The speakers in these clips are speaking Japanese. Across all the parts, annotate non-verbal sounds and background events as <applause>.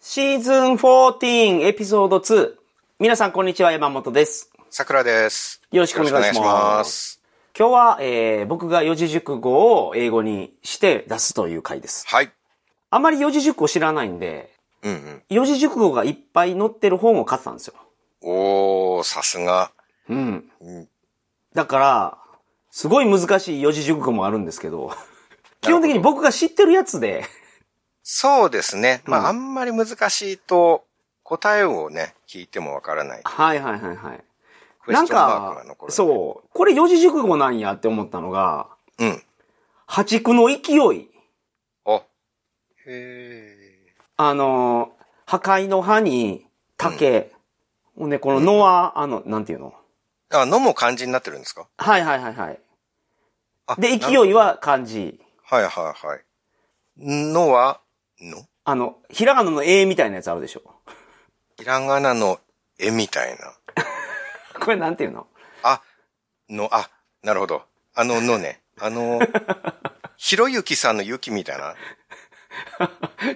シーズン14エピソード2。皆さんこんにちは、山本です。桜です。よろしくお願いしますよろくお願いします今日は、えー、僕が四字熟語を英語にして出すという回です。はい。あまり四字熟語知らないんで、うんうん。四字熟語がいっぱい載ってる本を買ったんですよ。おー、さすが。うん。うんだから、すごい難しい四字熟語もあるんですけ <laughs> ど、基本的に僕が知ってるやつで、そうですね。まあ、うんあんまり難しいと、答えをね、聞いてもわからない。はいはいはいはい。クエなんスチョンマーかクが残、る。う。そう、これ四字熟語なんやって思ったのが、うん。破竹の勢い。あ。へあのー、破壊の歯に竹。ほんで、こののは、あの、なんていうのー。あ、のも漢字になってるんですかはいはいはいはい。あで、勢なるいは漢字。はいはいはい。のは、のあの、ひらがなのえみたいなやつあるでしょ。 <laughs> ひらがなの絵みたいな。これなんていうのあ、の、あ、なるほど。あの、のね。あ <laughs> の、ひろゆきさんのゆきみたいな。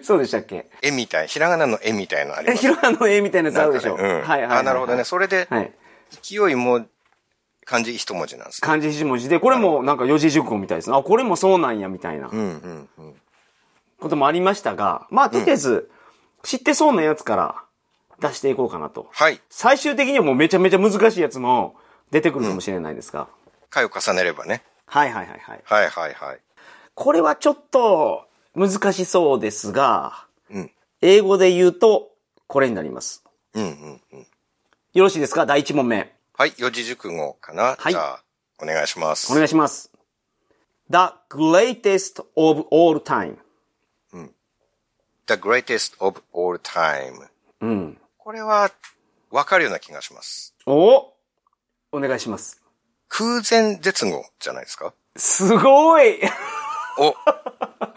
そうでしたっけ絵みたい、ひらがなの絵みたいなありえ、ますひらがなのえみたいなやつあるでしょ。なんかねうん、はいはいはい。あ、なるほどね。。それで、はい。勢いも漢字一文字なんですね。漢字一文字で、これもなんか四字熟語みたいですね。あ、これもそうなんや、みたいなうんうんうん。こともありましたが、まあ、とりあえず、知ってそうなやつから出していこうかなと。はい。最終的にはもうめちゃめちゃ難しいやつも出てくるかもしれないですが。回を重ねればね。はいはいはいはい。はいはいはい。これはちょっと難しそうですが、うん。英語で言うとこれになります。うんうんうん。よろしいですか第1問目。はい。四字熟語かな、はいじゃあ、お願いします。お願いします。The greatest of all time. The greatest of all time. うん。これは、わかるような気がします。おお願いします。空前絶後じゃないですかすごい <laughs> お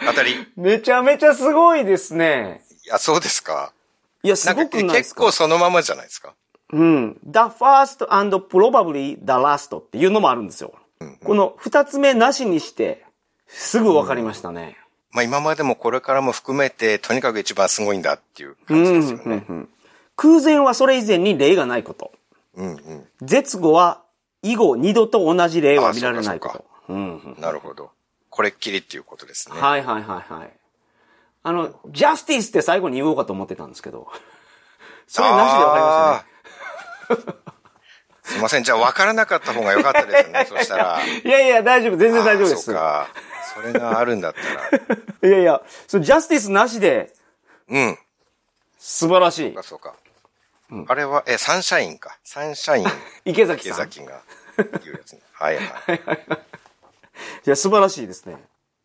当たり。いめちゃめちゃすごいですね。や、そうですか。いや、すなんかごくないです結か構そのままじゃないですか。うん。the first and probably the last っていうのもあるんですよ。この二つ目なしにして、すぐ分かりましたね。まあ今までもこれからも含めて、とにかく一番すごいんだっていううん感じですようんね。うん空前はそれ以前に例がないこと。うんうん。絶後は以後二度と同じ例は見られないこあそうと。うんうんなるほど。これっきりっていうことですね。はいはいはいはい。あの、ジャスティスって最後に言おうかと思ってたんですけど。 <laughs> それなしで分かりましたね。あーすいません。じゃあ分からなかった方が良かったで <laughs> すね。そしたら。いやいや、大丈夫。全然大丈夫であーす。そうか。それがあるんだった <laughs> ら。いやいや、そのジャスティスなしでうん。素晴らしいあ。そうか。あれは、え、サンシャインか。サンシャイン、池崎池さん。崎が言うやつ <laughs> ね。はいはい。いや、素晴らしいですね。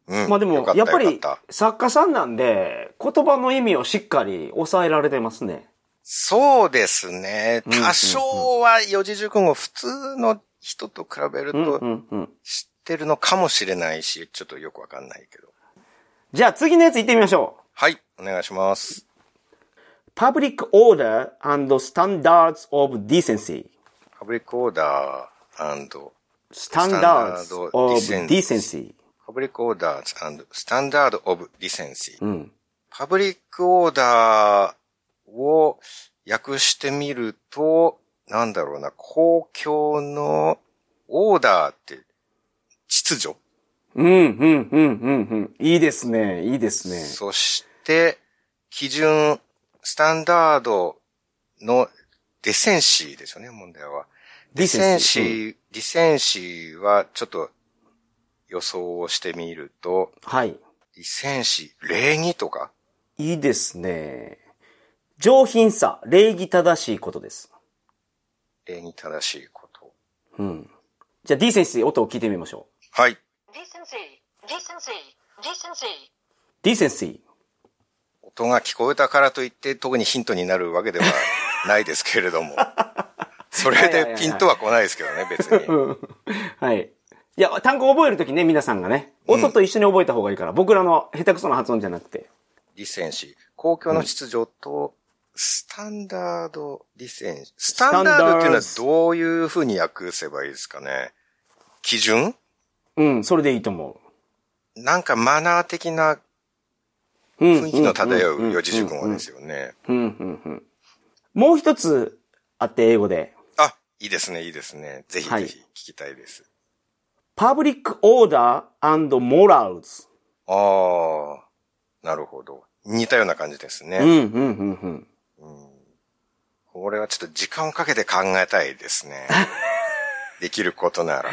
うんまあでよもか、たやっぱよりかた作家さんなんで、言葉の意味をしっかり抑えられてますね。そうですね。多少は四字熟語普通の人と比べるうんとうんうん。知ってるのかもしれないし、ちょっとよくわかんないけど。じゃあ次のやつ行ってみましょう。はい、お願いします。 Public Order and Standards of Decency. パブリックオーダー Standards Standard of Decency Decency. パブリックオーダースタンダードオブディセンシー。うん。パブリックオーダーを訳してみると、なんだろうな、公共のオーダーって秩序うん、うん、うん、うん、うん。いいですね。いいですね。そして、基準、スタンダードのデセンシーですよね、問題は。デディセセンンシシーー、ディセンシーはちょっと予想をしてみると、はい。ディセンシー、礼儀とかいいですね。上品さ、礼儀正しいことです。礼儀正しいこと。うん。じゃあ Decency 音を聞いてみましょはい。 Decency, decency, decency. う。Decency。音が聞こえたからといって特にヒントになるわけではないですけれど <laughs> も。それでピンとは来ないですけどね、別に。はい。いや、単語覚えるときね、皆さんがね、音と一緒に覚えた方がいいから、僕らの下手くそな発音じゃなくて。ディセンシー。公共の秩序と、スタンダードディセンシー。スタンダードっていうのはどういう風に訳せばいいですかね基準うん、それでいいと思なんかマナー的な雰囲気の漂う四字熟語ですよね。うんうんうん。もう一つあって、英語で。あ、いいですね、いいですね。ぜひはぜいひ聞きたいです。 public order and morals。ああ、なるほど。似たような感じですうん、ね。うん、うん、うん。これはちょっと時間をかけて考えたいで <laughs> すね。できることなら。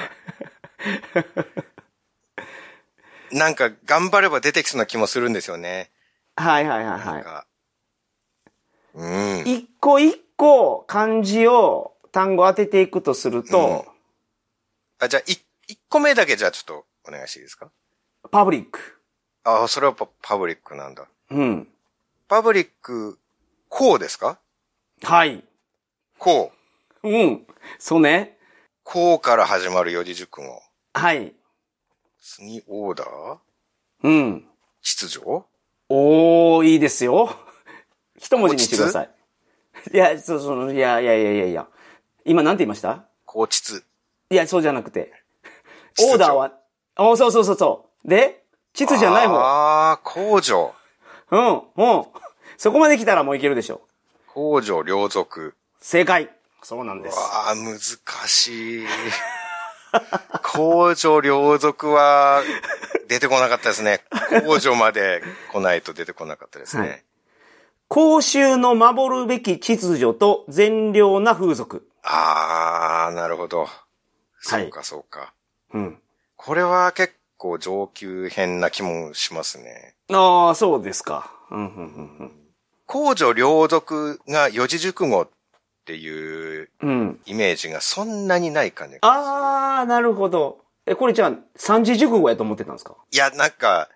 なんか頑張れば出てきそうな気もするんですよね。はいはいはいなんはか。うん。い。一個一個漢字を単語当てていくとすると、あ、じゃあ、い、一個目だけじゃあちょっとお願いしていいですかパブリック。あ、それはパパブリックなんだ。うん。パブリック、こうですかはい。こう。うん。そうね。こうから始まる四字熟語。はい。次、オーダーうん。秩序おー、いいですよ。一文字にしてください。いや、そうそう、いやいやいやいやいや。今なんて言いましたこう秩。いや、そうじゃなくて。秩序オーダーは、おそうそうそうそう。で、秩序じゃない方。ああ、公序。うん、うん。そこまで来たらもういけるでしょう。公序良俗。正解。そうなんです。わあ、難 <laughs> しい。公序良俗は出てこなかったですね。公序まで来ないと出てこなかったですね。はい公衆の守るべき秩序と善良な風俗。ああ、なるほど。そうか、そうか。うん。これは結構上級編な気もしますね。ああ、そうですか。うん、うん、公序良俗が四字熟語っていううん。うん。うん。イメージがそんなにない感じがああ、なるほど。え、これじゃあ、三字熟語やと思ってたんですかいや、なんか、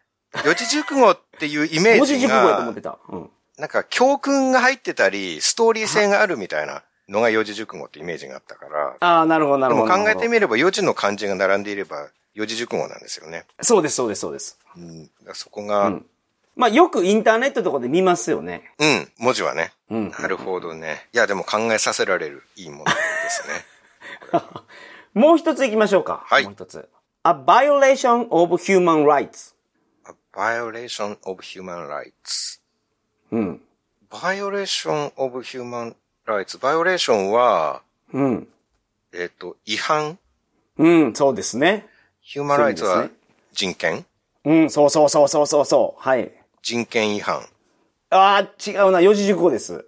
四字熟語っていうイメー文字ジ熟語やと思がって、た。うん。なんか教訓が入ってたり、ストーリー性があるみたいなのが四字熟語ってイメージがあったから、ああ、なるほど、なでるほど。も考えてみみれば四字の漢字が並んでいれば四字熟語なんですよね。そうです、そうです、そうです。うん、だからそこが、ううんん、まあ、よくインターネットとかで見ますよね。文字はね。うん。なるほどね。いや、でも考えさせられるいいもので <laughs> すね。もう一つ行きましょうか。はいもう一つ。A violation of human rights. A violation of human rights. うん。 violation of human rights. violation は、うん。えっ、と、違反うん、そうですね。 human そうで rights すねは人権、うん、そうそうそうそうそうそう。はい。人権違反。ああ、違うな。四字熟語です。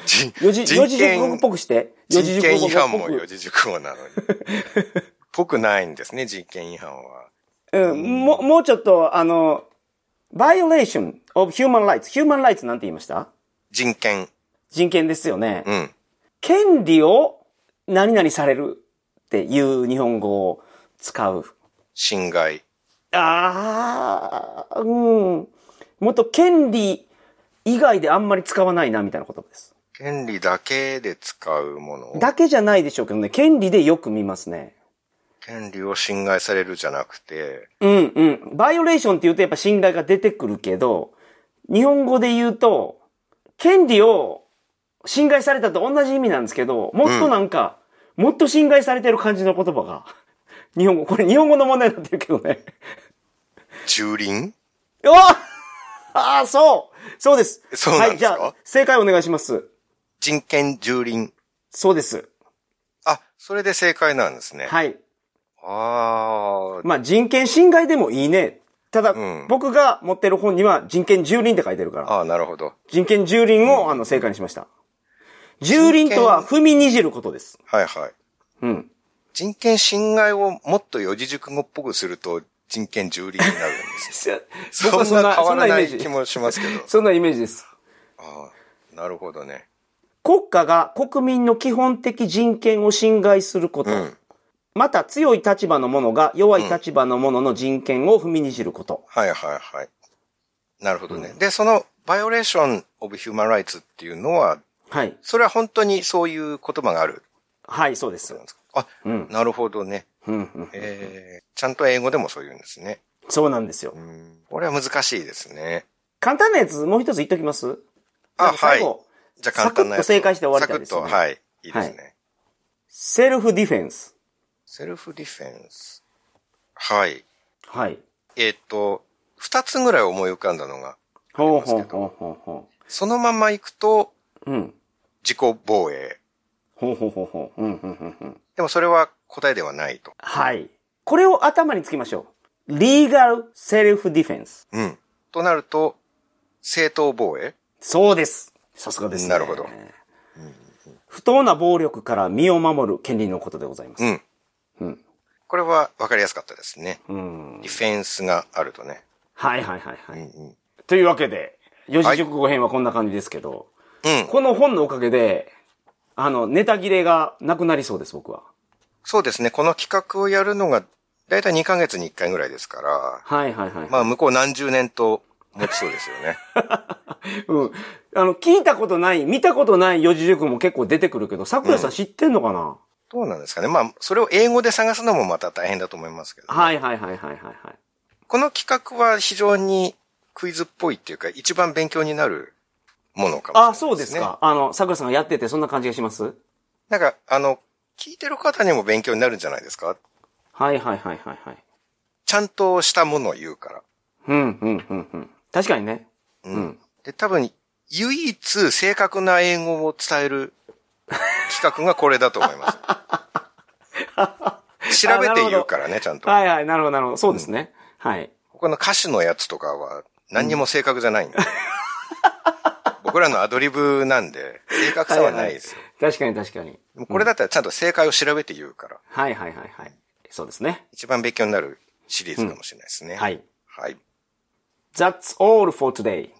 <laughs> 人四字、四字熟語っぽく。くして。四字人熟権語違っ反ぽもく四。字熟語な <laughs> のに。ぽくないんですね、人権違反は。うん、もう、もうちょっと、あの、violation of human rights. human rights なんて言いました人権。人権ですよね。うん。権利を何々されるっていう日本語を使う。侵害。ああ、うん。もっと権利以外であんまり使わないな、みたいなことです。権利だけで使うもの。だけじゃないでしょうけどね、権利でよく見ますね。権利を侵害されるじゃなくて、うんうん。バイオレーションって言うとやっぱ侵害が出てくるけど、日本語で言うと、権利を侵害されたと同じ意味なんですけど、もっとなんか、もっと侵害されてる感じの言葉が、 <laughs> 日本語、これ日本語の問題になってるけどね。 <laughs> 蹂躙おああ、そうそうです。そうなんですかはい、じゃあ、正解お願いします。人権蹂躙。そうです。あ、それで正解なんですね。はい。ああ、まあ、人権侵害でもいいね。ただ、うん僕が持ってる本には人権蹂躙って書いてるから、ああ、なるほど。人権蹂躙を、あの、正解にしました。蹂躙とは踏みにじることです。はいはい。うん。人権侵害をもっと四字熟語っぽくすると人権蹂躙になるんです。 <laughs> そ僕はんな変わらないそん気なイメージ。もしますけど。そんなイメージです。ああ、なるほどね。国家が国民の基本的人権を侵害すること。うん。また強い立場の者が弱い立場の者の人権を踏みにじること。はいはいはい。なるほどね。で、その、バイオレーション・オブ・ヒューマン・ライツっていうのは、はい。それは本当にそういう言葉があるはい、そうですん。ですかあ、うん。なるほどね。うんうん、えー、ちゃんと英語でもそういうんですね。そうなんですよう。ん。これは難しいですね。簡単なやつ、もう一つ言っときますあ、なんかはい最。後じゃあ簡単なやつ。サクッと正解して終わりたいですねサクッと、はい。いいですね。セルフディフェンス。セルフディフェンス。はい。はい。えーっと、二つぐらい思い浮かんだのがありほうますほけうほうど、ほうほそのまま行くとう。うん。自己防衛。ほうほうほうほう。うん、うん、うん、うん。でもそれは答えではないと。はい。これを頭につけましょう。legal self defense。うん。となると、正当防衛そうです。さすがですね。なるほど。不当な暴力から身を守る権利のことでございます。うん。うん。これは分かりやすかったですね。うん。ディフェンスがあるとね。はいはいはいはうい。んうん。というわけで、四字熟語編はこんな感じですけど、うん。この本のおかげで、あの、ネタ切れがなくなりそうです、僕は。そうですね。この企画をやるのが、だいたい2ヶ月に1回ぐらいですから、はいはいはい。まあ、向こう何十年と持ちそうですよね。 <laughs> うん。あの、聞いたことない、見たことない四字熟語も結構出てくるけど、桜さん知ってんのかな、どうなんですかね。まあ、それを英語で探すのもまた大変だと思いますけど、はいはいはいはいはいはい。この企画は非常にクイズっぽいっていうか、一番勉強になるものかもしれない、あ、そうですか。。あの、桜さんがやっててそんな感じがしますなんか、あの、聞いてる方にも勉強になるんじゃないですかはいはいはいはいはい。ちゃんとしたものを言うから。うん、うん、うん、うん。確かにね。うん。うんで、多分、唯一正確な英語を伝える <laughs> 企画がこれだと思い <laughs> ます。調べて言うからね、ちゃんと。はいはい、なるほどなるほど。そうですね。はい。他の歌手のやつとかは何にも正確じゃ <laughs> ないんで。僕らのアドリブなんで、正確さはないですよ。確かに確かに。でもこれだったらちゃんと正解を調べて言うから、はいはいはいはい。そうですね。一番勉強になるシリーズかもしれないですね。はい。はい。 That's all for today.